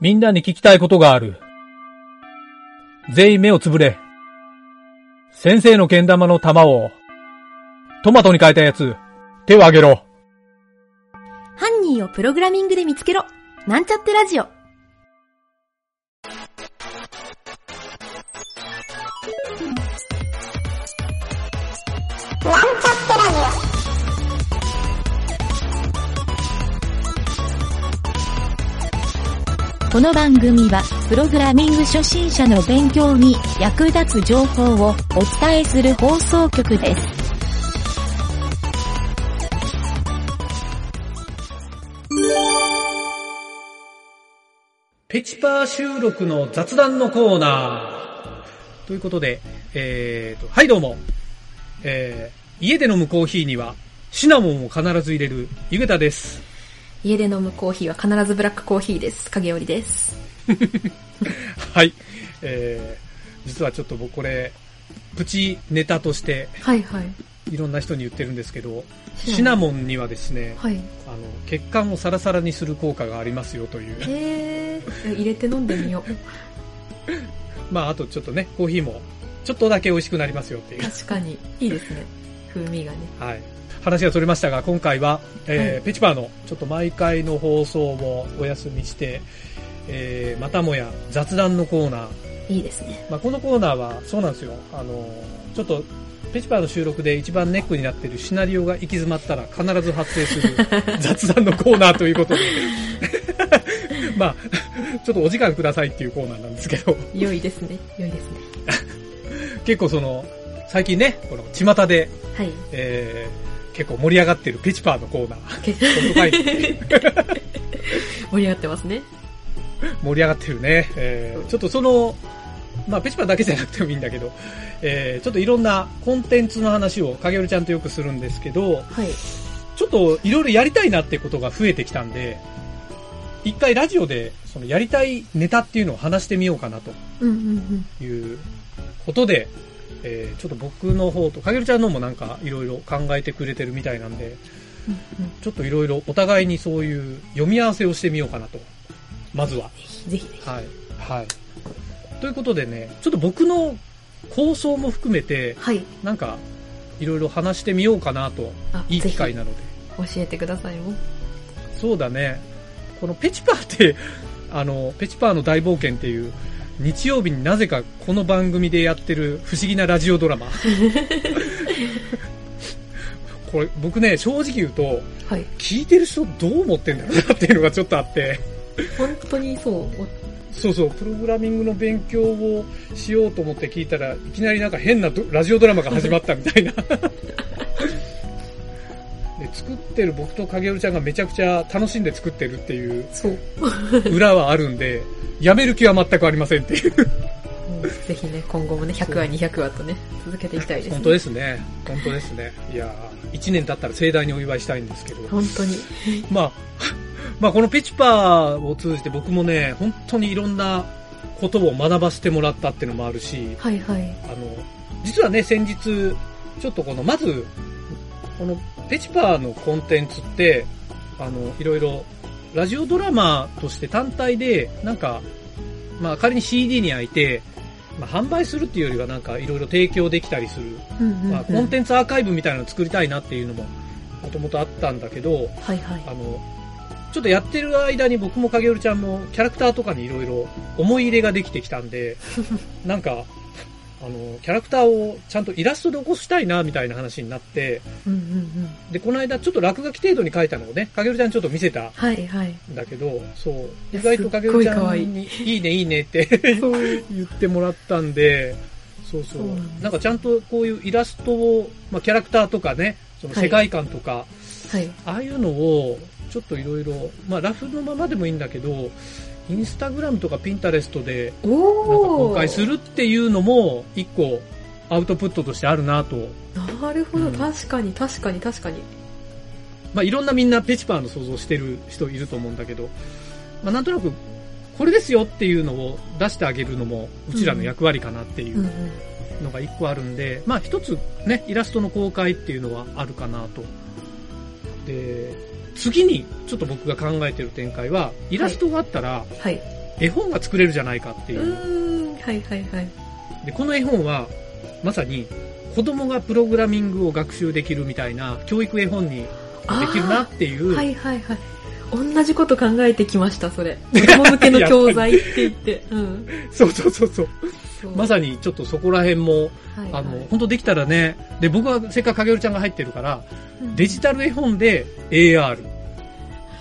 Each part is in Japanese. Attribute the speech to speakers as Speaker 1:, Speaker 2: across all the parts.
Speaker 1: みんなに聞きたいことがある。全員目をつぶれ。先生の剣玉の玉を、トマトに変えたやつ、手を挙げろ。
Speaker 2: 犯人をプログラミングで見つけろなんちゃってラジオ
Speaker 3: この番組は、プログラミング初心者の勉強に役立つ情報をお伝えする放送局です。
Speaker 1: ペチパー収録の雑談のコーナー。ということで、えーと、はいどうも。えー、家で飲むコーヒーには、シナモンを必ず入れる、ゆげたです。
Speaker 2: 家で飲むコーヒーは必ずブラックコーヒーです。影織です。
Speaker 1: はい。えー、実はちょっと僕これ、プチネタとして、
Speaker 2: はいはい。
Speaker 1: いろんな人に言ってるんですけど、シナ
Speaker 2: モ
Speaker 1: モンにはですね、
Speaker 2: はい。
Speaker 1: あの、血管をサラサラにする効果がありますよという。
Speaker 2: へー。入れて飲んでみよ う。
Speaker 1: まあ、あとちょっとね、コーヒーも、ちょっとだけ美味しくなりますよっていう。
Speaker 2: 確かに。いいですね。風味がね。
Speaker 1: はい。話が取れましたが、今回は、えー
Speaker 2: は
Speaker 1: ペチパーの、ちょっと毎回の放送をお休みして、えー、またもや雑談のコーナー、
Speaker 2: いいですね。
Speaker 1: まあ、このコーナーは、そうなんですよ。あの、ちょっと、ペチパーの収録で一番ネックになっているシナリオが行き詰まったら必ず発生する雑談のコーナーということで。 まあ、ちょっとお時間くださいっていうコーナーなんですけど、
Speaker 2: 良いですね。良いですね。
Speaker 1: 結構その、最近ね、この巷で、
Speaker 2: はい。
Speaker 1: えー、結構盛り上がってるペチパーのコーナー、
Speaker 2: け
Speaker 1: 本当かい
Speaker 2: 盛り上がってますね。
Speaker 1: 盛り上がってるね。えー、ちょっとその、まあ、ペチパーだけじゃなくてもいいんだけど、えー、ちょっといろんなコンテンツの話を影るちゃんとよくするんですけど、
Speaker 2: はい。
Speaker 1: ちょっといろいろやりたいなってことが増えてきたんで、一回ラジオでそのやりたいネタっていうのを話してみようかなと
Speaker 2: うんうんうん。
Speaker 1: いうことで、えーちょっと僕の方と、かげるちゃんのもなんかいろいろ考えてくれてるみたいなんで、
Speaker 2: うんうん
Speaker 1: ちょっといろいろお互いにそういう読み合わせをしてみようかなと。まずは。
Speaker 2: ぜひぜひぜひ。
Speaker 1: はい。はい。ということでね、ちょっと僕の構想も含めて、
Speaker 2: はい。
Speaker 1: なんかいろいろ話してみようかなと、
Speaker 2: あ、
Speaker 1: いい
Speaker 2: ぜ
Speaker 1: 機
Speaker 2: ひ
Speaker 1: 会
Speaker 2: 教
Speaker 1: なので。
Speaker 2: えてくださいも。
Speaker 1: そうだね。このペチパーって、 あの、ペチパーの大冒険っていう、日曜日になぜかこの番組でやってる不思議なラジオドラマ。 これ、僕ね、正直言うと、
Speaker 2: はい。
Speaker 1: 聞いてる人どう思ってんだろうなっていうのがちょっとあって、
Speaker 2: 本当にそう。お
Speaker 1: そうそう、プログラミングの勉強をしようと思って聞いたら、いきなりなんか変なドラジオドラマが始まったみたいな。 で作ってる僕と影織ちゃんがめちゃくちゃ楽しんで作ってるっていう
Speaker 2: そう。
Speaker 1: 裏はあるんで、やめる気は全くありませんっていう。
Speaker 2: もうぜひね、今後もね、100話、200話とね、続けていきたいです、ね。
Speaker 1: 本当ですね。本当ですね。いやー一年経ったら盛大にお祝いしたいんですけど。
Speaker 2: 本当に。
Speaker 1: まあ、 まあこのペチパーを通じて僕もね、本当にいろんなことを学ばせてもらったっていうのもあるし、
Speaker 2: はいはい。
Speaker 1: あの、実はね、先日、ちょっとこの、まず、このペチパーのコンテンツって、あの、いろいろ、ラジオドラマとして単体で、なんか、まあ仮に CD に開いて、まあ販売するっていうよりはなんかいろいろ提供できたりする、
Speaker 2: うんうん、うん。
Speaker 1: まあコンテンツアーカイブみたいなの作りたいなっていうのも、もともとあったんだけど、
Speaker 2: はいはい。
Speaker 1: あの、ちょっとやってる間に僕も影るちゃんもキャラクターとかにいろいろ思い入れができてきたん で、なんか、あの、キャラクターをちゃんとイラストで起こしたいな、みたいな話になって、
Speaker 2: うんうんうん。
Speaker 1: で、この間ちょっと落書き程度に書いたのをね、影るちゃんにちょっと見せた
Speaker 2: はいはい。
Speaker 1: んだけど、そう、
Speaker 2: い
Speaker 1: 意
Speaker 2: や
Speaker 1: 外と影るち
Speaker 2: すっごい可
Speaker 1: ゃ
Speaker 2: 愛
Speaker 1: んに、いいねいいねって
Speaker 2: そう。
Speaker 1: 言ってもらったんで、そうそう。
Speaker 2: そうな
Speaker 1: なんん
Speaker 2: です
Speaker 1: かちゃんとこういうイラストを、まあキャラクターとかね、その世界観とか、
Speaker 2: はい。
Speaker 1: ああいうのを、ちょっといろいろ、まあ、ラフのままでもいいんだけど、インスタグラムとかピンタレストで、なんか
Speaker 2: おお。
Speaker 1: 公開するっていうのも、一個、アウトプットとしてあるなと。
Speaker 2: なるほど、
Speaker 1: うん
Speaker 2: 確かに確かに確かに。
Speaker 1: まあ、いろんなみんなペチパーの想像してる人いると思うんだけど、まあ、なんとなく、これですよっていうのを出してあげるのも、うちらの役割かなってい
Speaker 2: うんう。
Speaker 1: うんのが一個あるんで、まあ、一つね、イラストの公開っていうのはあるかなと。で、次に、ちょっと僕が考えてる展開は、イラストがあったら、
Speaker 2: はい。
Speaker 1: 絵本が作れるじゃないかって
Speaker 2: う
Speaker 1: いう。
Speaker 2: ーん、はいはいはい。
Speaker 1: で、この絵本は、まさに、子供がプログラミングを学習できるみたいな教育絵本にで
Speaker 2: あ
Speaker 1: きるなってい
Speaker 2: ー
Speaker 1: う、
Speaker 2: はいはいはい。同じこと考えてきまし た、それ。子供向けの教材って言って。うん。
Speaker 1: そうそうそうそう。
Speaker 2: そう
Speaker 1: まさにちょっとそこら辺も、
Speaker 2: はい
Speaker 1: あ
Speaker 2: は
Speaker 1: の
Speaker 2: い、
Speaker 1: 本当できたらね、で、僕はせっかく影るちゃんが入ってるから、
Speaker 2: うん
Speaker 1: デジタル絵本で AR。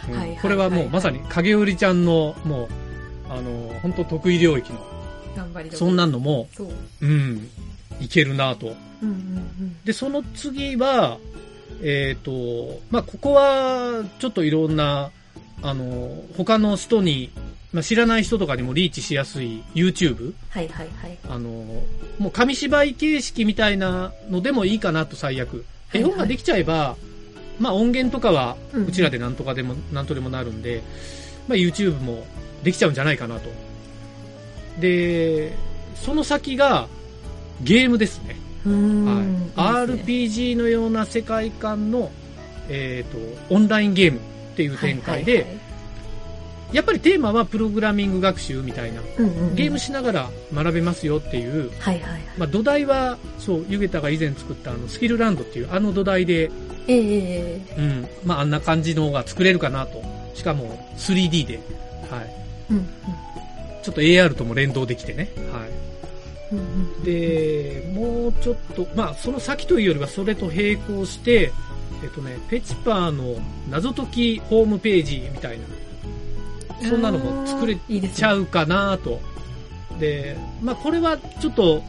Speaker 1: うん
Speaker 2: はいはい
Speaker 1: これはも
Speaker 2: は
Speaker 1: う
Speaker 2: い
Speaker 1: まさに影織ちゃんの、もう、あの、本当得意領域の、
Speaker 2: 頑張りどころ
Speaker 1: そんなんのも、
Speaker 2: そう。
Speaker 1: うん、いけるなと。
Speaker 2: うんうん
Speaker 1: で、その次は、えっ、と、まあ、ここは、ちょっといろんな、あの、他の人に、まあ、知らない人とかにもリーチしやすい YouTube。
Speaker 2: うん。はいはいはい。
Speaker 1: あの、もう紙芝居形式みたいなのでもいいかなと最悪。
Speaker 2: いはい
Speaker 1: 絵本ができちゃえば、まあ音源とかは
Speaker 2: うん
Speaker 1: うちらでなんとかでも、なんとでもなるんで、まあ YouTube もできちゃうんじゃないかなと。で、その先がゲームですね。
Speaker 2: うーん。
Speaker 1: はい
Speaker 2: いいです
Speaker 1: RPG
Speaker 2: ね
Speaker 1: のような世界観の、えっ、と、オンラインゲームっていう展開で、
Speaker 2: はいはいはい
Speaker 1: やっぱりテーマはプログラミング学習みたいな、
Speaker 2: うんうんうん
Speaker 1: ゲームしながら学べますよっていう、
Speaker 2: はいはいはい。
Speaker 1: まあ、土台は、そう、ゆげたが以前作ったあのスキルランドっていうあの土台で、
Speaker 2: ええええ
Speaker 1: うん、まあ、あんな感じのが作れるかなと。しかも 3D で、はい。
Speaker 2: うんうん
Speaker 1: ちょっと AR とも連動できてね。は
Speaker 2: うんうん
Speaker 1: い。で、もうちょっと、まあ、その先というよりはそれと並行して、えっとね、ペチパーの謎解きホームページみたいな、そんなのも作れ
Speaker 2: あーいいですね
Speaker 1: ちゃうかなと。で、まあこれはちょっと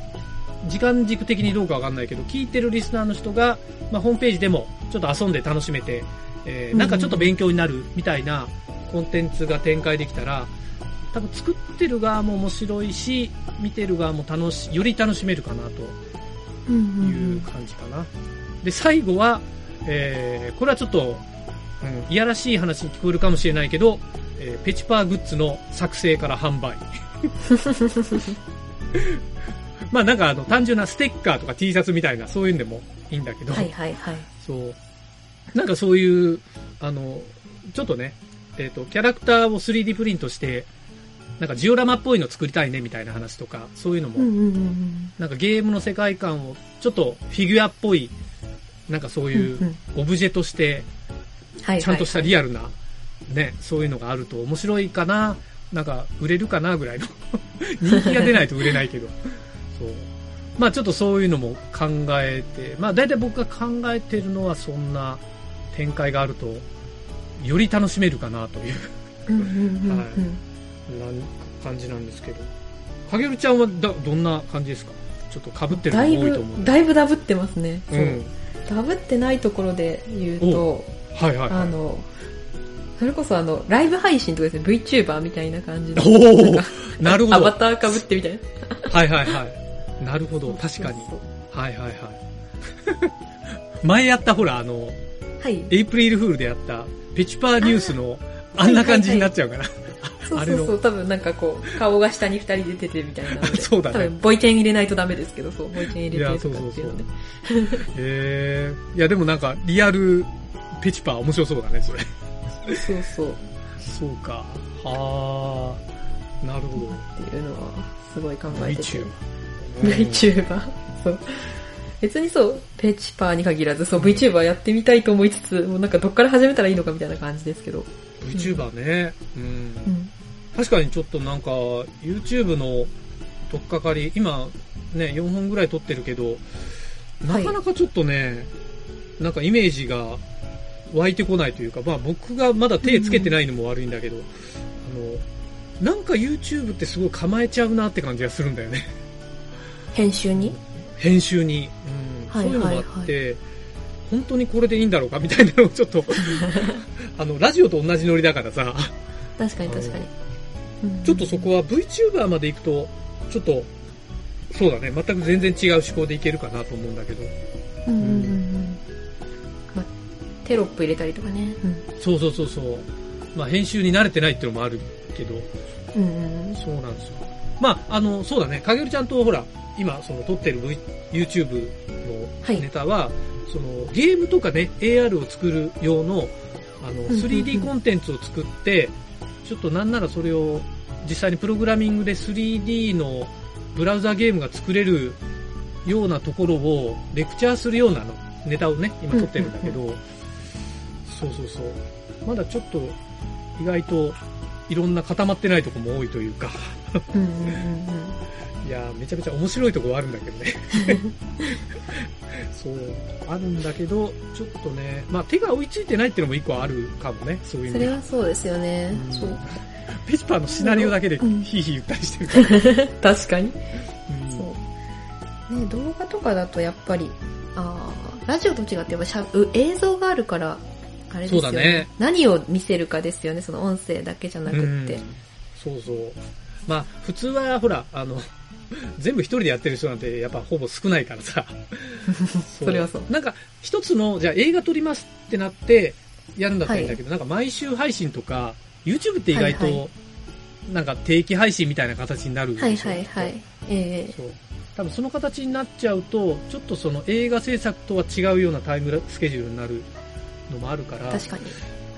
Speaker 1: 時間軸的にどうかわかんないけど、聞いてるリスナーの人が、まあホームページでもちょっと遊んで楽しめて、えーなんかちょっと勉強になるみたいなコンテンツが展開できたら、多分作ってる側も面白いし、見てる側も楽し、より楽しめるかなと
Speaker 2: うんうん
Speaker 1: いう感じかな。で、最後は、えーこれはちょっと、うんいやらしい話に聞こえるかもしれないけど、えーペチパーグッズの作成から販売。 まあなんかあの単純なステッカーとか T シャツみたいなそういうんでもいいんだけ
Speaker 2: う
Speaker 1: ど、
Speaker 2: んはいはいはい。
Speaker 1: そう。なんかそういう、あの、ちょっとね、えっ、と、キャラクターを 3D プリントして、なんかジオラマっぽいの作りたいねみたいな話とか、そういうのも、
Speaker 2: うんうんうんうん。
Speaker 1: なんかゲームの世界観をちょっとフィギュアっぽい、なんかそうい
Speaker 2: うんう
Speaker 1: うんオブジェとして、
Speaker 2: はいはい
Speaker 1: ちゃんとしたリアルな、ね、そういうのがあると面白いかな、なんか売れるかなぐらいの。 人気が出ないと売れないけど。そう。まあちょっとそういうのも考えて、まあ大体僕が考えてるのはそんな展開があると、より楽しめるかなという
Speaker 2: うんうんうんうん。
Speaker 1: なん感じなんですけど。かげるちゃんはだどんな感じですかちょっと被ってるの
Speaker 2: だい
Speaker 1: 多いと思う。。。
Speaker 2: ぶ、だいぶダブってますね。そううんダブってないところで言うと、
Speaker 1: はいはい、
Speaker 2: あ
Speaker 1: はい。
Speaker 2: の、それこそあの、ライブ配信とかですね、VTuber みたいな感じの。
Speaker 1: お
Speaker 2: なんか
Speaker 1: おなるほ
Speaker 2: ア
Speaker 1: ど。
Speaker 2: バ
Speaker 1: は
Speaker 2: ターかぶってみたいな。
Speaker 1: いはい はい。なるほど。確かに。
Speaker 2: そうそう
Speaker 1: はいはいはい。 前やったほら、あの、
Speaker 2: そうはい。
Speaker 1: エイプリルフールでやった、ペチパーニュースの、あんな感じになっちゃうから。
Speaker 2: そう
Speaker 1: あ
Speaker 2: そ
Speaker 1: れ
Speaker 2: うそう、
Speaker 1: の
Speaker 2: 多分なんかこう、顔が下に二人出ててみたいなので。
Speaker 1: そうだね
Speaker 2: 多分、ボイチェン入れないとダメですけど、そう、ボイチェン入れてとかっていうので。
Speaker 1: へえ。いや、でもなんか、リアル、ペチパー面白そうだね、それ。
Speaker 2: そうそうっ
Speaker 1: そうか。はあ。なるほど。
Speaker 2: ていうのは、すごい考えてて。
Speaker 1: VTuber。
Speaker 2: VTuber。そう。別にそう、ペチパーに限らず、そう、VTuber やってみたいと思いつつ、もうなんかどっから始めたらいいのかみたいな感じですけど。
Speaker 1: VTuber ね。うん
Speaker 2: うん。
Speaker 1: 確かにちょっとなんか、YouTube の取っかかり、今、ね、4本ぐらい撮ってるけど、
Speaker 2: は
Speaker 1: ないかなかちょっとね、なんかイメージが湧いてこないというか、まあ僕がまだ手つけてないのも悪いんだけど、あの、なんか YouTube ってすごい構えちゃうなって感じがするんだよ ね。
Speaker 2: 編集に
Speaker 1: 編集に。うん
Speaker 2: はい
Speaker 1: そういうのもあって、本当にこれでいいんだろうかみたいなのをちょっ と、あの、ラジオと同じノリだからさ、
Speaker 2: 確かに確かに。うん
Speaker 1: ちょっとそこは VTuber まで行くと、ちょっと、そうだね、全く全然違う思考でいけるかなと思うんだけど。
Speaker 2: うんうんうんうん。まあ、テロップ入れたりとかね。
Speaker 1: そうそうそうそう。まあ編集に慣れてないっていうのもあるけど、
Speaker 2: うん。うんうん。
Speaker 1: そうなんですよ。まあ、あの、そうだね、かげるちゃんとほら、今、その撮ってる v YouTube
Speaker 2: はい
Speaker 1: のネタは、そのゲームとかね、AR を作る用の、あの、
Speaker 2: んうんうん
Speaker 1: 3D コンテンツを作って、ちょっとなんならそれを、実際にプログラミングで 3D のブラウザゲームが作れるようなところをレクチャーするようなのネタをね、今撮ってるんだけど、そうそうそう。まだちょっと意外といろんな固まってないとこも多いというか、
Speaker 2: うんうんうんうん。
Speaker 1: いやーめちゃめちゃ面白いとこはあるんだけどね。そう、あるんだけど、ちょっとね、まあ手が追いついてないっていうのも一個あるかもね、そういう意
Speaker 2: そ
Speaker 1: 味
Speaker 2: れ
Speaker 1: で。
Speaker 2: はそうですよね。
Speaker 1: うん
Speaker 2: そう。
Speaker 1: ペチパーのシナリオだけでヒ
Speaker 2: うん
Speaker 1: ーヒー言ったりしてる から。
Speaker 2: 確かに。
Speaker 1: うん
Speaker 2: そう。ね、動画とかだとやっぱり、あーラジオと違ってやっぱしゃう映像があるから、あれですよ
Speaker 1: そうだ
Speaker 2: ね
Speaker 1: ね
Speaker 2: 何を見せるかですよね、その音声だけじゃなくって。
Speaker 1: うんそうそうまあ普通はほらあの全部一人でやってる人なんてやっぱほぼ少ないから さそ
Speaker 2: それはそう
Speaker 1: なんか一つのじゃあ映画撮りますってなってやるんだったらいいんだけど、なんか毎週配信とか YouTube って意外と、
Speaker 2: はいは
Speaker 1: なんか定期配信みたいな形になるでしょ
Speaker 2: はいはいはい。ええ
Speaker 1: そう多分その形になっちゃうとちょっとその映画制作とは違うようなタイムスケジュールになるのもあるから
Speaker 2: 確かに。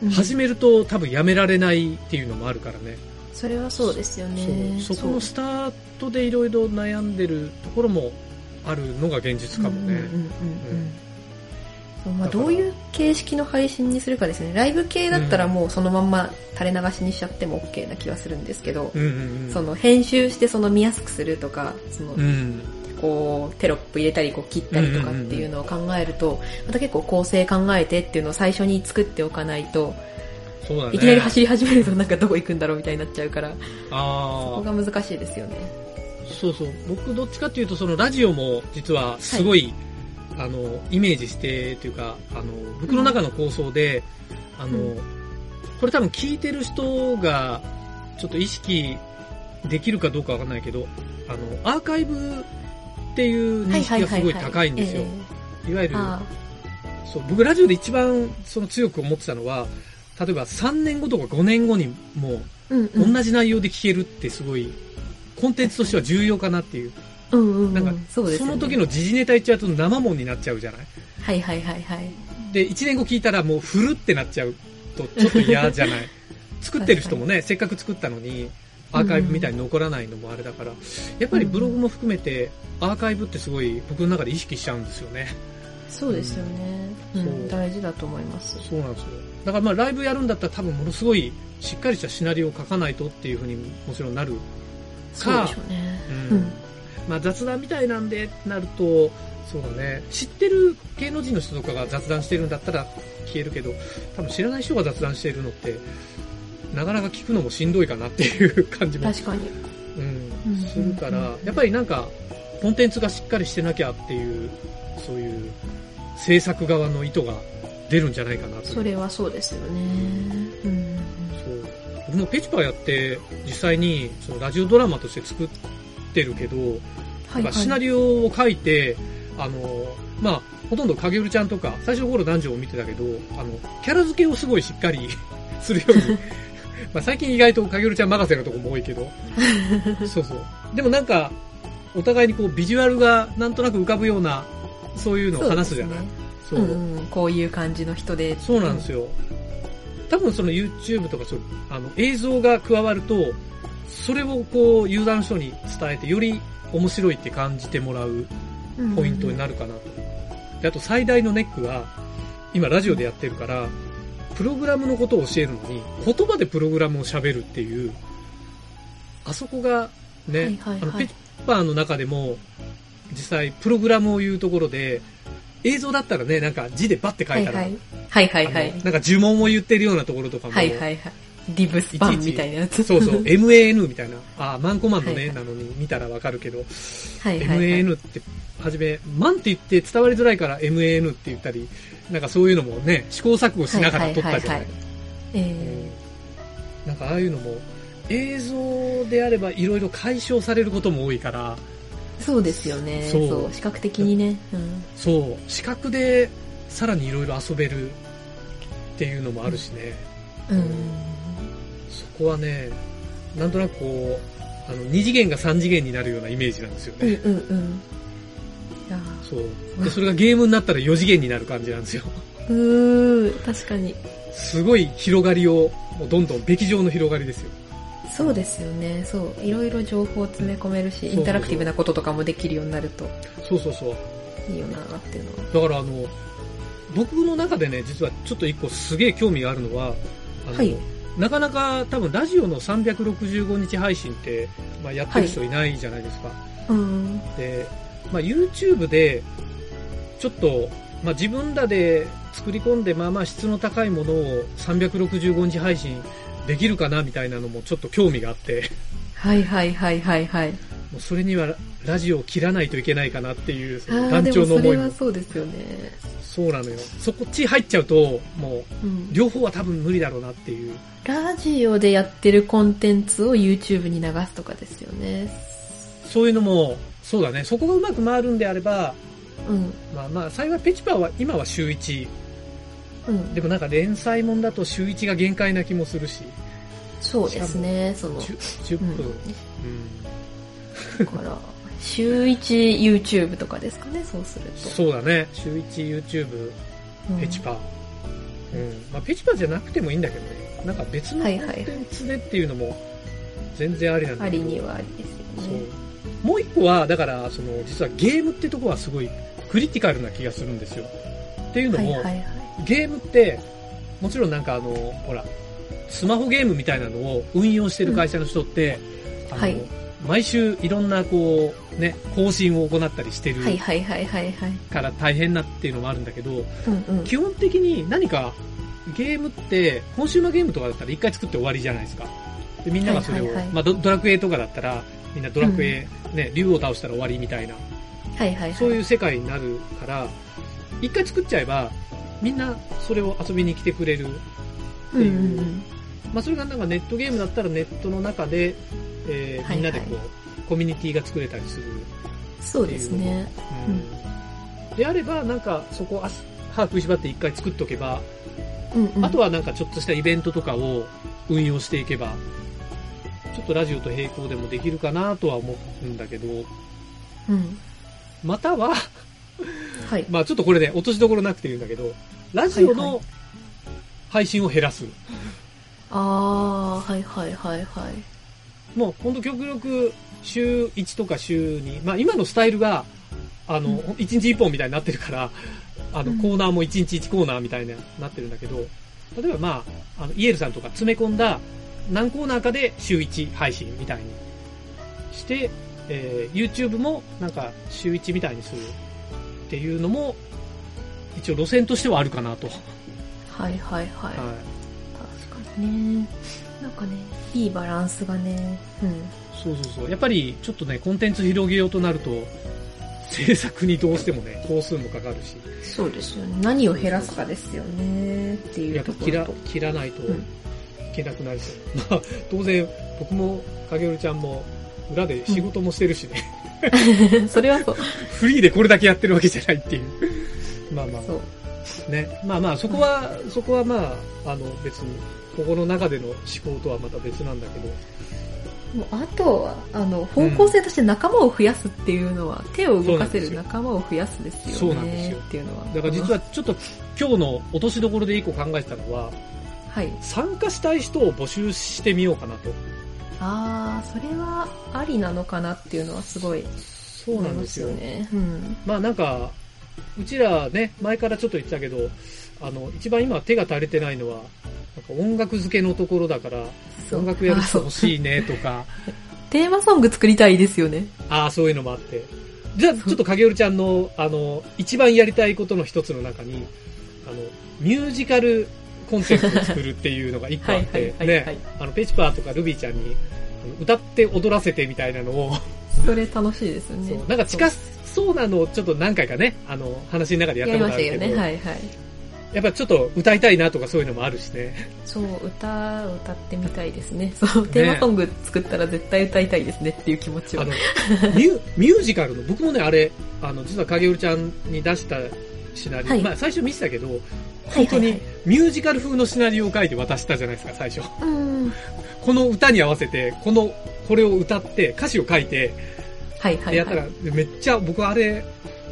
Speaker 2: うん
Speaker 1: 始めると多分やめられないっていうのもあるからね
Speaker 2: それはそうですよね。
Speaker 1: そうそこのスタートでいろいろ悩んでるところもあるのが現実かもね、
Speaker 2: うんうんうんうん
Speaker 1: うん
Speaker 2: そうまあ、
Speaker 1: だから
Speaker 2: どういう形式の配信にするかですよね。ライブ系だったらもうそのまんま垂れ流しにしちゃっても OK な気はするんですけど、
Speaker 1: うんうんうん
Speaker 2: その編集してその見やすくするとか、その
Speaker 1: うん
Speaker 2: こうテロップ入れたりこう切ったりとかっていうのを考えると、また結構構成考えてっていうのを最初に作っておかないと、
Speaker 1: そうだね
Speaker 2: いきなり走り始めるとなんかどこ行くんだろうみたいになっちゃうから、
Speaker 1: あ
Speaker 2: ここ
Speaker 1: あ
Speaker 2: が難しいですよね。
Speaker 1: そうそう僕どっちかっていうとそのラジオも実はすごい、あのイメージしてというかあの僕の中の構想で、あの、
Speaker 2: う
Speaker 1: これ多分聞いてる人がちょっと意識できるかどうかわかんないけどあのアーカイブっていう認識がすごい高いんですよ、
Speaker 2: え
Speaker 1: いわゆ
Speaker 2: え
Speaker 1: る
Speaker 2: あ
Speaker 1: そう、僕ラジオで一番その強く思ってたのは、例えば3年後とか5年後にも
Speaker 2: あうん
Speaker 1: う
Speaker 2: うん
Speaker 1: 同じ内容で聞けるってすごい、コンテンツとしては重要かなっていう。
Speaker 2: うんうんうん
Speaker 1: なんか
Speaker 2: そうですよね
Speaker 1: の時の時事ネタ言っちゃうと生もんになっちゃうじゃない
Speaker 2: はいはいはいはい。
Speaker 1: で、1年後聞いたらもうフルってなっちゃうとちょっと嫌じゃ ない作ってる人もね、せっかく作ったのに、アーカイブみたいに残らないのもあれだから、やっぱりブログも含めて、アーカイブってすごい僕の中で意識しちゃうんですよね。
Speaker 2: そうですよね。
Speaker 1: う
Speaker 2: うんん、
Speaker 1: そう
Speaker 2: 大事だと思います。
Speaker 1: そうなんですよ。だからまあライブやるんだったら多分ものすごいしっかりしたシナリオを書かないとっていうふうにもちろんなる。
Speaker 2: そうでしょうね。
Speaker 1: う
Speaker 2: うんん。
Speaker 1: まあ雑談みたいなんでってなると、そうだね。知ってる芸能人の人とかが雑談してるんだったら消えるけど、多分知らない人が雑談してるのって、なかなか聞くのもしんどいかなっていう感じも、
Speaker 2: 確かに。
Speaker 1: う、
Speaker 2: うんん
Speaker 1: するから、やっぱりなんか、コンテンツがしっかりしてなきゃっていう、そういう制作側の意図が出るんじゃないかなという
Speaker 2: それはそうですよね。うん。
Speaker 1: そう僕もペチパーやって実際にそのラジオドラマとして作ってるけど、
Speaker 2: は
Speaker 1: な
Speaker 2: い
Speaker 1: ん
Speaker 2: は
Speaker 1: か
Speaker 2: い。
Speaker 1: シナリオを書いてあのまあほとんど影るちゃんとか最初の頃男女を見てたけどあのキャラ付けをすごいしっかり するよう にまあ最近意外と影るちゃん任せのとこも多いけどそうそうでもなんかお互いにこうビジュアルがなんとなく浮かぶようなそういうのを話すじゃない
Speaker 2: そうですねうんうん。こういう感じの人で。
Speaker 1: そうなんですよ。多分その YouTube とかそうあの映像が加わると、それをこう、有段書に伝えて、より面白いって感じてもらう
Speaker 2: うん
Speaker 1: ポイントになるかなと。で、あと最大のネックは、今ラジオでやってるから、プログラムのことを教えるのに、言葉でプログラムを喋るっていう、あそこがね、
Speaker 2: はいはいはい
Speaker 1: あのペッパーの中でも、実際プログラムを言うところで、映像だったらね、なんか字でバッて書
Speaker 2: はいい
Speaker 1: たら、
Speaker 2: はい。はいはいは
Speaker 1: あ
Speaker 2: い
Speaker 1: の。なんか呪文を言ってるようなところとかも、
Speaker 2: はいはいはい。リブスパンみたいなやつ。
Speaker 1: そうそう、MAN みたいな、あーマンコマンド
Speaker 2: はい
Speaker 1: ね、
Speaker 2: はい
Speaker 1: なのに見たらわかるけど、
Speaker 2: はいはいはい。
Speaker 1: MAN って、はじめ、マンって言って伝わりづらいから MAN って言ったり、なんかそういうのもね、試行錯誤しながら撮ったじゃな
Speaker 2: はいはいはいい。え
Speaker 1: うんなんかああいうのも、映像であればいろいろ解消されることも多いから、
Speaker 2: ーそうですよね。
Speaker 1: そう
Speaker 2: そう。視覚的にね。うん。
Speaker 1: そう、視覚でさらにいろいろ遊べるっていうのもあるしね。
Speaker 2: うん。
Speaker 1: そこはね、なんとなくこう、あの、二次元が三次元になるようなイメージなんですよ
Speaker 2: うん
Speaker 1: ね。
Speaker 2: うんうん。いや
Speaker 1: そう。で、それがゲームになったら四次元になる感じなんですよ。
Speaker 2: ーうーん、確かに。
Speaker 1: すごい広がりを、もうどんどん、べき上の広がりですよ。
Speaker 2: そうですよね。そう。いろいろ情報を詰め込めるし、
Speaker 1: そうそうそう
Speaker 2: インタラクティブなこととかもできるようになると
Speaker 1: そうそうそう。
Speaker 2: いいよなっていうのは。
Speaker 1: だからあの、僕の中でね、実はちょっと一個すげえ興味があるのは、あの
Speaker 2: はい
Speaker 1: なかなか多分ラジオの365日配信って、まあ、やってる人いないじゃないですか。
Speaker 2: うん。
Speaker 1: で、まあ、YouTube で、ちょっと、まあ、自分らで作り込んで、まあまあ質の高いものを365日配信できるかなみたいなのもちょっと興味があって、
Speaker 2: はいはいはいはいはい。
Speaker 1: もうそれにはラジオを切らないといけないかなっていう、そ
Speaker 2: あ
Speaker 1: の
Speaker 2: ー
Speaker 1: 団
Speaker 2: で
Speaker 1: 長
Speaker 2: も
Speaker 1: の
Speaker 2: そ
Speaker 1: 思
Speaker 2: れ
Speaker 1: い
Speaker 2: は
Speaker 1: も。
Speaker 2: そうですよね。
Speaker 1: そうなのよ。そこっち入っちゃうと、もう、
Speaker 2: うん。
Speaker 1: 両方は多分無理だろうなっていう。
Speaker 2: ラジオでやってるコンテンツを YouTube に流すとかですよね。
Speaker 1: そういうのも、そうだね。そこがうまく回るんであれば、
Speaker 2: うん。
Speaker 1: まあまあ、幸いペチパーは今は週1。
Speaker 2: うん。
Speaker 1: でもなんか連載もんだと週1が限界な気もするし、
Speaker 2: そうですね。その、
Speaker 1: 10, 10
Speaker 2: う
Speaker 1: 分、
Speaker 2: ん。
Speaker 1: うん。
Speaker 2: だから、週1 YouTube とかですかね、そうすると。
Speaker 1: そうだね。週1 YouTube、
Speaker 2: うん
Speaker 1: ペチパー。うん。まあ、ペチパーじゃなくてもいいんだけどね。なんか別のコ
Speaker 2: は
Speaker 1: ン
Speaker 2: いはいはい
Speaker 1: テンツでっていうのも全然ありなんだ
Speaker 2: あ
Speaker 1: け
Speaker 2: り
Speaker 1: ど。
Speaker 2: にはありですよ
Speaker 1: そう
Speaker 2: ね。。
Speaker 1: もう一個は、だから、その、実はゲームってとこはすごいクリティカルな気がするんですよ。っていうの
Speaker 2: はい
Speaker 1: も、
Speaker 2: はいはい。
Speaker 1: ゲームって、もちろんなんかあの、ほら、スマホゲームみたいなのを運用してる会社の人って、あの
Speaker 2: はい
Speaker 1: 毎週いろんなこう、ね、更新を行ったりしてる
Speaker 2: はいはいはいはいはい。
Speaker 1: から大変なっていうのもあるんだけど、
Speaker 2: うんうん。
Speaker 1: 基本的に何かゲームって、コンシューマーゲームとかだったら一回作って終わりじゃないですか。でみんながそれを、
Speaker 2: はいはいはい
Speaker 1: まあドドラクエとかだったら、みんなドラクエ、ね、竜を倒したら終わりみたいな、
Speaker 2: はいはい
Speaker 1: そう
Speaker 2: はいい。
Speaker 1: う世界になるから、一回作っちゃえば、みんなそれを遊びに来てくれる
Speaker 2: うんうんうん。
Speaker 1: まあ、それがなんかネットゲームだったらネットの中で、えー
Speaker 2: はいはい
Speaker 1: みんなでこう、コミュニティが作れたりする。
Speaker 2: そうですね。
Speaker 1: うんであれば、なんかそこを足歯食いしばって一回作っとけば、
Speaker 2: うんうん。
Speaker 1: あとはなんかちょっとしたイベントとかを運用していけば、ちょっとラジオと並行でもできるかなとは思うんだけど、
Speaker 2: うん。
Speaker 1: または、
Speaker 2: はい。
Speaker 1: まあちょっとこれで落としどころなくて言うんだけど、ラジオ
Speaker 2: はいは
Speaker 1: の配信を減らす。
Speaker 2: あー、はいはいはいはい。
Speaker 1: もう本当極力週1とか週2、まあ今のスタイルが、あの、
Speaker 2: う
Speaker 1: 1日1本みたいになってるから、あの、
Speaker 2: うん
Speaker 1: コーナーも1日1コーナーみたいになってるんだけど、例えばまあ、あの、イエルさんとか詰め込んだ何コーナーかで週1配信みたいにして、えー YouTube もなんか週1みたいにするっていうのも、一応路線としてはあるかなと。
Speaker 2: はいはいは
Speaker 1: は
Speaker 2: い。
Speaker 1: い
Speaker 2: 確かにね。なんかね、いいバランスがね。うん。
Speaker 1: そうそうそう。やっぱりちょっとね、コンテンツ広げようとなると、制作にどうしてもね、工数もかかるし、
Speaker 2: そうですよね。何を減らすかですよね。ってい
Speaker 1: や
Speaker 2: う
Speaker 1: っぱ
Speaker 2: とこ
Speaker 1: 切
Speaker 2: ろ
Speaker 1: ら
Speaker 2: と。
Speaker 1: 切らないと
Speaker 2: うん
Speaker 1: いけなくなるし、 まあ、当然、僕も、影るちゃんも、裏で仕事もしてるしね、
Speaker 2: それはそう。
Speaker 1: フリーでこれだけやってるわけじゃないっていう。まあま
Speaker 2: そう。
Speaker 1: あ、ね。まあまあ、そこは、そこはまあ、あの、別に、ここの中での思考とはまた別なんだけど、
Speaker 2: もうあとは、あの、方向性として仲間を増やすっていうのは、手を動
Speaker 1: そうな
Speaker 2: かせ
Speaker 1: んです
Speaker 2: る
Speaker 1: よ
Speaker 2: 仲間を増やすですよね。
Speaker 1: そうなんですよ
Speaker 2: っていうのは。
Speaker 1: だから実はちょっと今日の落としどころで一個考えてたのは、
Speaker 2: うん、はい。
Speaker 1: 参加したい人を募集してみようかなと。
Speaker 2: ああ、それはありなのかなっていうのはすごい
Speaker 1: そう
Speaker 2: 思
Speaker 1: ないん
Speaker 2: ま
Speaker 1: ですす
Speaker 2: よ
Speaker 1: よ。
Speaker 2: ね。うん。
Speaker 1: まあなんか、うちらね、前からちょっと言ってたけど、あの、一番今手が足りてないのは、なんか音楽付けのところだから、
Speaker 2: そう
Speaker 1: 音楽やる人欲
Speaker 2: あ
Speaker 1: しいねとか、
Speaker 2: そうテーマソング作りたいですよね。
Speaker 1: ああ、そういうのもあって。じゃあ、ちょっと影るちゃんの、あの、一番やりたいことの一つの中に、あの、ミュージカルコンテンツを作るっていうのが一個
Speaker 2: は
Speaker 1: あっ
Speaker 2: いはい
Speaker 1: て、
Speaker 2: はいはい。
Speaker 1: ね、あの、ペチパーとかルビーちゃんに、あの歌って踊らせてみたいなのを、
Speaker 2: それ楽しいですよね
Speaker 1: そう。なんか近そうなのをちょっと何回かね、あの、話の中でやっ
Speaker 2: や
Speaker 1: た
Speaker 2: り
Speaker 1: こ
Speaker 2: ま
Speaker 1: と
Speaker 2: し
Speaker 1: あ
Speaker 2: た
Speaker 1: るけ
Speaker 2: よ
Speaker 1: ど、
Speaker 2: ね。はいはい。
Speaker 1: やっぱちょっと歌いたいなとかそういうのもあるしね。
Speaker 2: そう、歌を歌ってみたいですね。 そう、テーマソング作ったら絶対歌いたいですねっていう気持ち
Speaker 1: あ
Speaker 2: は
Speaker 1: の。、ミュミュージカルの、僕もね、あれ、あの、実は影織ちゃんに出したシナリオ、
Speaker 2: はい
Speaker 1: まあ最初見せたけど、本当にミュージカル風のシナリオを書いて渡したじゃないですか、最初。
Speaker 2: うん。
Speaker 1: この歌に合わせて、この、これを歌って、歌詞を書いて、
Speaker 2: はいはいはい。
Speaker 1: やったら、めっちゃ僕あれ、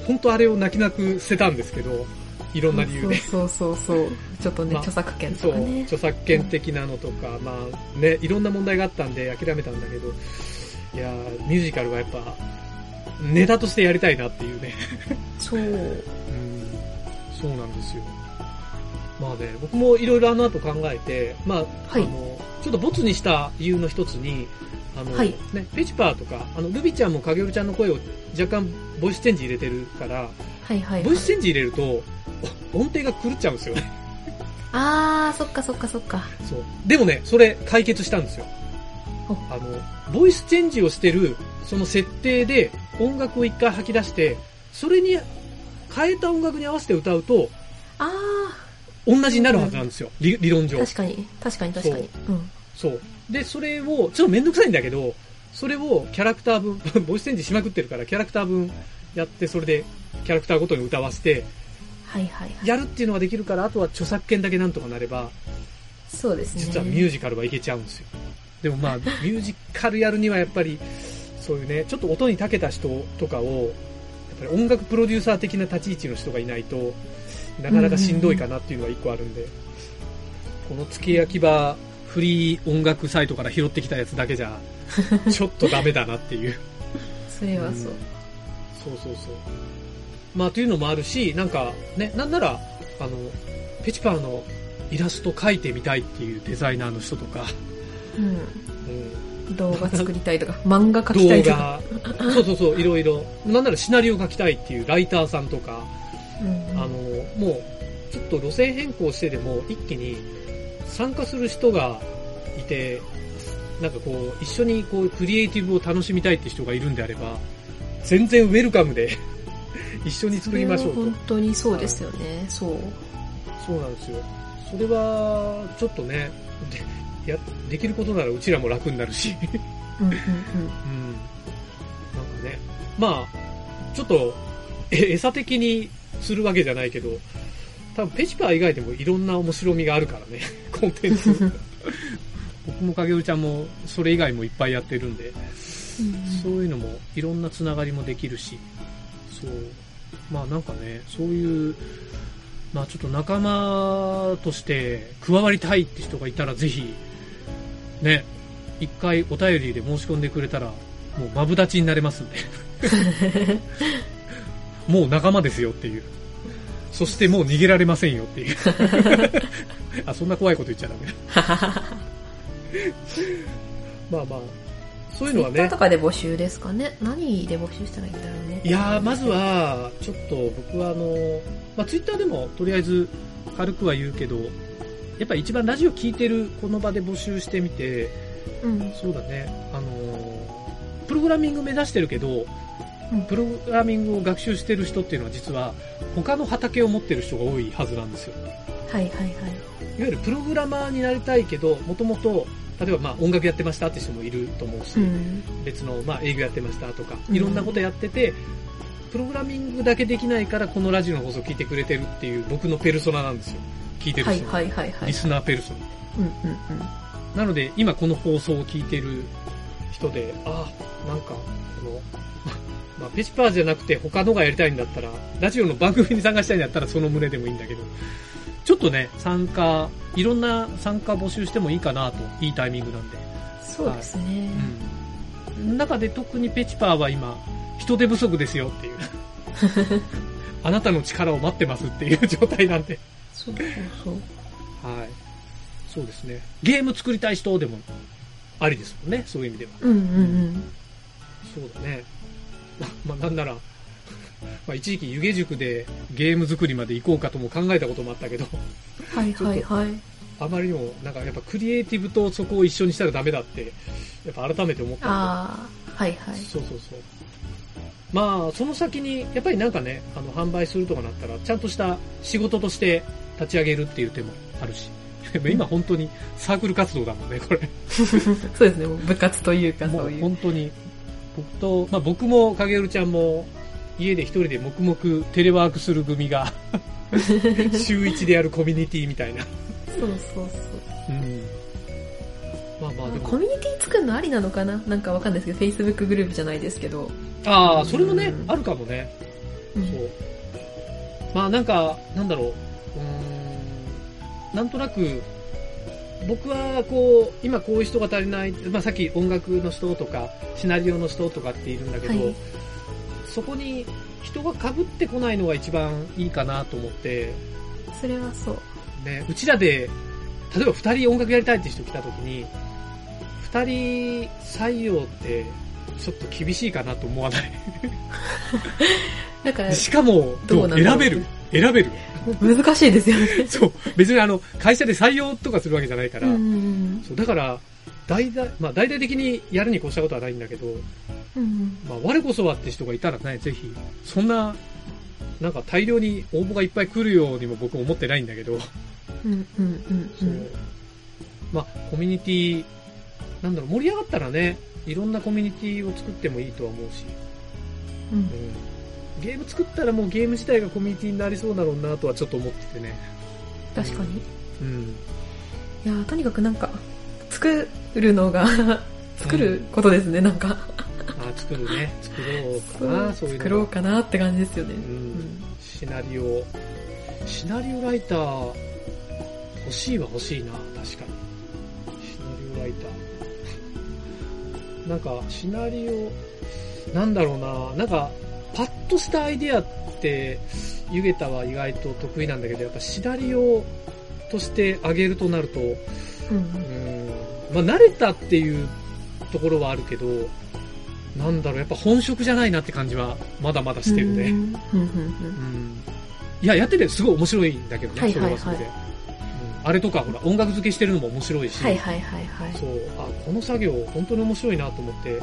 Speaker 1: 本当あれを泣き泣く捨てたんですけど、いろんな理由で。
Speaker 2: そうそうそうそう。ちょっとね、
Speaker 1: まあ
Speaker 2: 著作権
Speaker 1: そ
Speaker 2: と
Speaker 1: う
Speaker 2: かね。
Speaker 1: 著作権的なのとか、まあね、いろんな問題があったんで諦めたんだけど、いやーミュージカルはやっぱ、ネタとしてやりたいなっていう ね。
Speaker 2: そう。
Speaker 1: うん、そうなんですよ。まあね、僕もいろいろあの後考えて、まあ、
Speaker 2: はい
Speaker 1: あの、ちょっとボツにした理由の一つに、あの、
Speaker 2: はい
Speaker 1: ね、ペチパーとか、あの、ルビちゃんも影るちゃんの声を若干ボイスチェンジ入れてるから、
Speaker 2: はいはい
Speaker 1: ボイ。スチェンジ入れると、お音程が狂っちゃうんですよね。
Speaker 2: あー、そっかそっかそっか。
Speaker 1: そう。でもね、それ解決したんですよ
Speaker 2: お。
Speaker 1: あの、ボイスチェンジをしてる、その設定で音楽を一回吐き出して、それに変えた音楽に合わせて歌うと、
Speaker 2: あ
Speaker 1: 同じになるはずなんですよ。理理論
Speaker 2: ー、
Speaker 1: 上。
Speaker 2: 確かに、確かに確かに。うん。
Speaker 1: そう。で、それを、ちょっとめんどくさいんだけど、それをキャラクター分、 ボイスチェンジしまくってるから、キャラクター分やって、それでキャラクターごとに歌わせて、
Speaker 2: はいはいはい。
Speaker 1: やるっていうのができるから、あとは著作権だけなんとかなれば、
Speaker 2: そうですね。
Speaker 1: 実はミュージカルはいけちゃうんですよ。でもまあ、ミュージカルやるにはやっぱり、そういうね、ちょっと音に長けた人とかを、やっぱり音楽プロデューサー的な立ち位置の人がいないと、なかなかしんどいかなっていうのが一個あるんで、この付け焼き場、フリー音楽サイトから拾ってきたやつだけじゃ、ちょっとダメだなっていう。
Speaker 2: それはそう。
Speaker 1: そうそうそう。まあ、というのもあるし、なんか、ね、なんなら、あの、ペチパーのイラスト描いてみたいっていうデザイナーの人とか、
Speaker 2: うん。
Speaker 1: うん、
Speaker 2: 動画作りたいとか、 漫画描きたいとか。
Speaker 1: 動画、そうそうそう、いろいろ。なんならシナリオ書きたいっていうライターさんとか、
Speaker 2: うん
Speaker 1: あの、もう、ちょっと路線変更してでも、一気に参加する人がいて、なんかこう、一緒にこう、クリエイティブを楽しみたいって人がいるんであれば、全然ウェルカムで、 一緒に作りましょう
Speaker 2: それ
Speaker 1: と
Speaker 2: は。本当にそうですよね。そう。
Speaker 1: そうなんですよ。それは、ちょっとね、で、や、できることならうちらも楽になるし。
Speaker 2: うんう
Speaker 1: うん。
Speaker 2: んうん。
Speaker 1: なんかね、まあ、ちょっと、え餌的にするわけじゃないけど、多分ペチパー以外でもいろんな面白みがあるからね、コンテンツ。僕も影尾ちゃんもそれ以外もいっぱいやってるんで、そういうのもいろんなつながりもできるし、そう。まあなんかね、そういう、まあちょっと仲間として加わりたいって人がいたらぜひ、ね、一回お便りで申し込んでくれたら、もうマブダチになれますんで。 もう仲間ですよっていう。そしてもう逃げられませんよって いう。あ、そんな怖いこと言っちゃダメだ。まあまあ、そういうのは
Speaker 2: Twitter
Speaker 1: ね
Speaker 2: と。かで募集ですかね。何で募集したらいいんだろうね。
Speaker 1: いやー、まずは、ちょっと僕はあの、まあ、ツイッターでもとりあえず軽くは言うけど、やっぱ一番ラジオ聞いてるこの場で募集してみて、
Speaker 2: うん。
Speaker 1: そうだね、あのープログラミング目指してるけど
Speaker 2: うん、
Speaker 1: プログラミングを学習してる人っていうのは実は他の畑を持ってる人が多いはずなんですよ。
Speaker 2: はいはいはい。
Speaker 1: いわゆるプログラマーになりたいけど、もともと、例えばまあ音楽やってましたって人もいると思うし、
Speaker 2: うん。
Speaker 1: 別の、まあ、営業やってましたとか、
Speaker 2: うん
Speaker 1: いろんなことやってて、プログラミングだけできないから、このラジオの放送聞いてくれてるっていう、僕のペルソナなんですよ。聞いてる
Speaker 2: はい
Speaker 1: 人、
Speaker 2: はいはいはい
Speaker 1: リ。スナーペルソナ。
Speaker 2: うんうんうん。
Speaker 1: なので、今この放送を聞いてる人で、ああ、なんか、この、 まあ、ペチパーじゃなくて他のがやりたいんだったら、ラジオの番組に参加したいんだったらその胸でもいいんだけど、ちょっとね、参加、いろんな参加募集してもいいかなと、いいタイミングなんで。
Speaker 2: そうですね。
Speaker 1: うん、中で特にペチパーは今、人手不足ですよっていう。 あなたの力を待ってますっていう状態なんで。
Speaker 2: そうそう
Speaker 1: はい。そうですね。ゲーム作りたい人でもありですもんね。そういう意味では。
Speaker 2: そう。うんうんうん。
Speaker 1: そうだね。ま、まあ、なんなら、ま あ、一時期湯気塾でゲーム作りまで行こうかとも考えたこともあったけど、
Speaker 2: はいはいはい。
Speaker 1: あまりにもなんかやっぱクリエイティブとそこを一緒にしたらダメだって、やっぱ改めて思ったんで
Speaker 2: ああ、はいはい。
Speaker 1: そうそうそう。まあ、その先に、やっぱりなんかね、あの、販売するとかなったら、ちゃんとした仕事として立ち上げるっていう手もあるし。 でも今本当にサークル活動だもんね、これ。
Speaker 2: そうですね。もう部活というか
Speaker 1: も
Speaker 2: そうういう。
Speaker 1: 本当に。僕と、まあ僕も影るちゃんも、家で一人で黙々テレワークする組が、 週一でやるコミュニティみたいな。
Speaker 2: そうそう
Speaker 1: うん。まあまあ
Speaker 2: そう。
Speaker 1: で
Speaker 2: コ
Speaker 1: も、
Speaker 2: ミュニティ作るのありなのかななんかわかんないですけど、Facebook グループじゃないですけど。
Speaker 1: ああ、それもね
Speaker 2: う、ん
Speaker 1: あるかもね。
Speaker 2: うん
Speaker 1: そう。まあなんか、なんだろう、うーん、なんとなく、僕はこう、今こういう人が足りない、まあさっき音楽の人とか、シナリオの人とかっているんだけど、
Speaker 2: はい
Speaker 1: そこに人が被ってこないのが一番いいかなと思って、
Speaker 2: それはそう。
Speaker 1: ね、うちらで、例えば二人音楽やりたいって人来た時に、二人採用って、ちょっと厳しいかなと思わない。
Speaker 2: だから、
Speaker 1: しかも、
Speaker 2: どうなんだろ
Speaker 1: 選
Speaker 2: う
Speaker 1: べる。選べる。
Speaker 2: 難しいですよね。
Speaker 1: そう。別にあの、会社で採用とかするわけじゃないから。
Speaker 2: うん
Speaker 1: そうだから、大々、まあ大々的にやるに越したことはないんだけど、
Speaker 2: うん。
Speaker 1: まあ我こそはって人がいたらね、ぜひ、そんな、なんか大量に応募がいっぱい来るようにも僕思ってないんだけど、
Speaker 2: うんうんうんうん。
Speaker 1: まあコミュニティ、なんだろう、盛り上がったらね、いろんなコミュニティを作ってもいいとは思うし、
Speaker 2: うん
Speaker 1: うん、ゲーム作ったらもうゲーム自体がコミュニティになりそうだろうなとはちょっと思っててね。
Speaker 2: 確かに。い
Speaker 1: うん。
Speaker 2: やーとにかくなんか、作るのが、作ることですね、なんか。
Speaker 1: あ、作るね。作ろうかな、そういうの
Speaker 2: 作ろうかなって感じですよね。
Speaker 1: う。
Speaker 2: うんん
Speaker 1: シナリオ。シナリオライター、欲しいは欲しいな、確かに。シナリオライター。 なんか、シナリオ、なんだろうな、なんか、パッとしたアイディアって、ゆげたは意外と得意なんだけど、やっぱシナリオとしてあげるとなると、う
Speaker 2: うん
Speaker 1: ん、まあ慣れたっていうところはあるけど、なんだろう、やっぱ本職じゃないなって感じは、まだまだしてるね。
Speaker 2: うんうんう
Speaker 1: う
Speaker 2: ん
Speaker 1: んいや、やっててすごい面白いんだけどね、
Speaker 2: はい
Speaker 1: そ
Speaker 2: は
Speaker 1: れ
Speaker 2: いは
Speaker 1: はいそれで。うんあれとか、ほら、音楽付けしてるのも面白いし、
Speaker 2: はいはいはいはい。
Speaker 1: そう、あ、この作業本当に面白いなと思って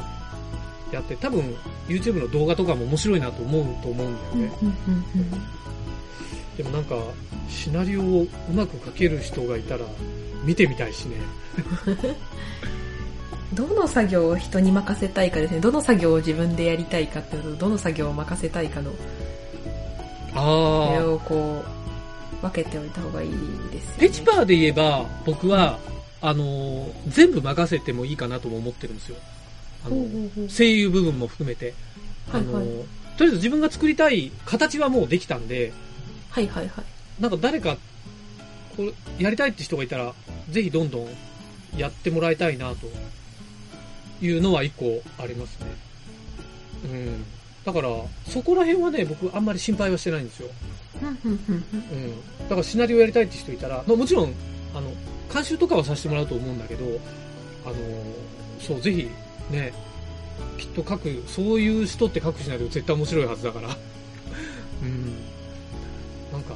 Speaker 1: やって、多分 YouTube の動画とかも面白いなと思うと思うんだよ
Speaker 2: うんう
Speaker 1: ね
Speaker 2: ん。うん
Speaker 1: でもなんか、シナリオをうまく書ける人がいたら、見てみたいしね。
Speaker 2: うんどの作業を人に任せたいかですね。どの作業を自分でやりたいかっていうのと、どの作業を任せたいかの、それ
Speaker 1: ああ。
Speaker 2: をこう、分けておいた方がいいですよね。
Speaker 1: ペチパーで言えば、僕は、あのー全部任せてもいいかなとも思ってるんですよ。あの
Speaker 2: ほうほうほう
Speaker 1: 声優部分も含めて。あ
Speaker 2: はい
Speaker 1: の、
Speaker 2: はい
Speaker 1: とりあえず自分が作りたい形はもうできたんで、
Speaker 2: はいはいはい。
Speaker 1: なんか誰か、これ、やりたいって人がいたら、ぜひどんどんやってもらいたいな、というのは一個ありますね。うん。だから、そこら辺はね、僕あんまり心配はしてないんですよ。
Speaker 2: うんうんうんう
Speaker 1: う
Speaker 2: ん
Speaker 1: ん。だからシナリオやりたいって人いたら、まあもちろん、あの、監修とかはさせてもらうと思うんだけど、あの、そう、ぜひ、ね、きっと書く、そういう人って書くシナリオ絶対面白いはずだから。 うん。なんか、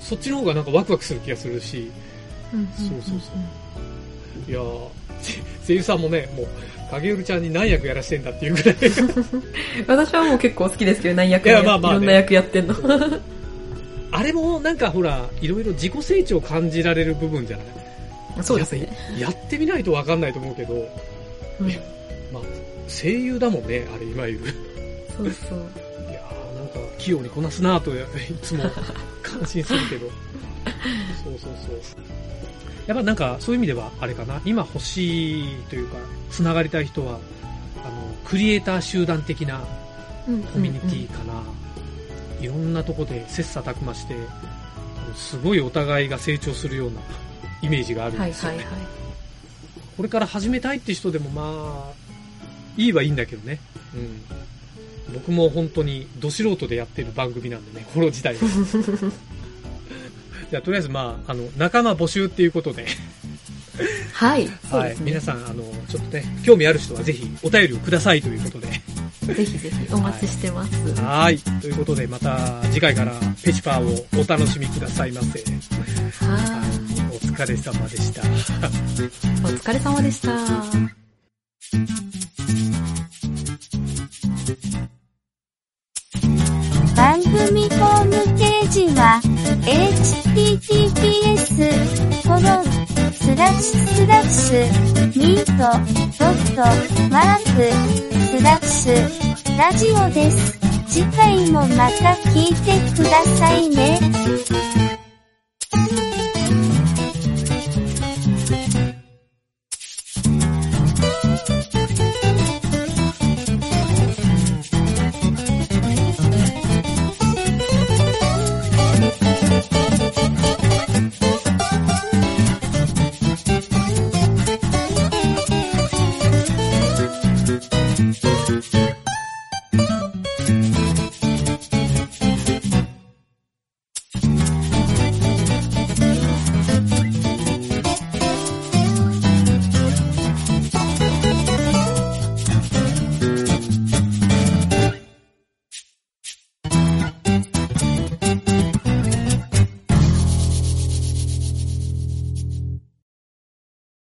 Speaker 1: そっちの方がなんかワクワクする気がするし、
Speaker 2: うんんん
Speaker 1: そうそうそういやー、 せ声優さんもね、もう、影るちゃんに何役やらしてんだっていうぐらい。
Speaker 2: 私はもう結構好きですけど、何役も
Speaker 1: い
Speaker 2: や
Speaker 1: やまあまあね
Speaker 2: いろんな役や ってんの。
Speaker 1: あれもなんかほら、いろいろ自己成長感じられる部分じゃない
Speaker 2: そうですね。
Speaker 1: やってみないとわかんないと思うけど、
Speaker 2: うん
Speaker 1: まあ、声優だもんね、あれ、い わゆる。
Speaker 2: そうそう。
Speaker 1: いやー、なんか、器用にこなすなぁと、いつも 感心するけど。そうそうそう。やっぱなんか、そういう意味では、あれかな、今欲しいというか、つながりたい人は、あの、クリエイター集団的なコミュニティかな。いろんなとこで切磋琢磨して、あのすごいお互いが成長するようなイメージがあるん
Speaker 2: はい
Speaker 1: ですよ
Speaker 2: は
Speaker 1: ね。
Speaker 2: いはい。
Speaker 1: これから始めたいって人でもまあ、いいはいいんだけどね。うん。僕も本当に、ど素人でやってる番組なんでね、この時代は。 じゃあ、とりあえずまあ、あの、仲間募集っていうことで、
Speaker 2: はい。そう
Speaker 1: は
Speaker 2: で
Speaker 1: い
Speaker 2: す。ね。
Speaker 1: 皆さん、あの、ちょっとね、興味ある人はぜひお便りをくださいということで。
Speaker 2: ぜひぜひお待ちしてます。
Speaker 1: はい。ということで、また次回からペチパーをお楽しみくださいませ。
Speaker 2: はい。
Speaker 1: お疲れ様でした。
Speaker 2: お疲れ様でした。
Speaker 4: 番組ホームページは https コロンスラッシュスラッシュミートドットマークスラッシュラジオです。次回もまた聞いてくださいね。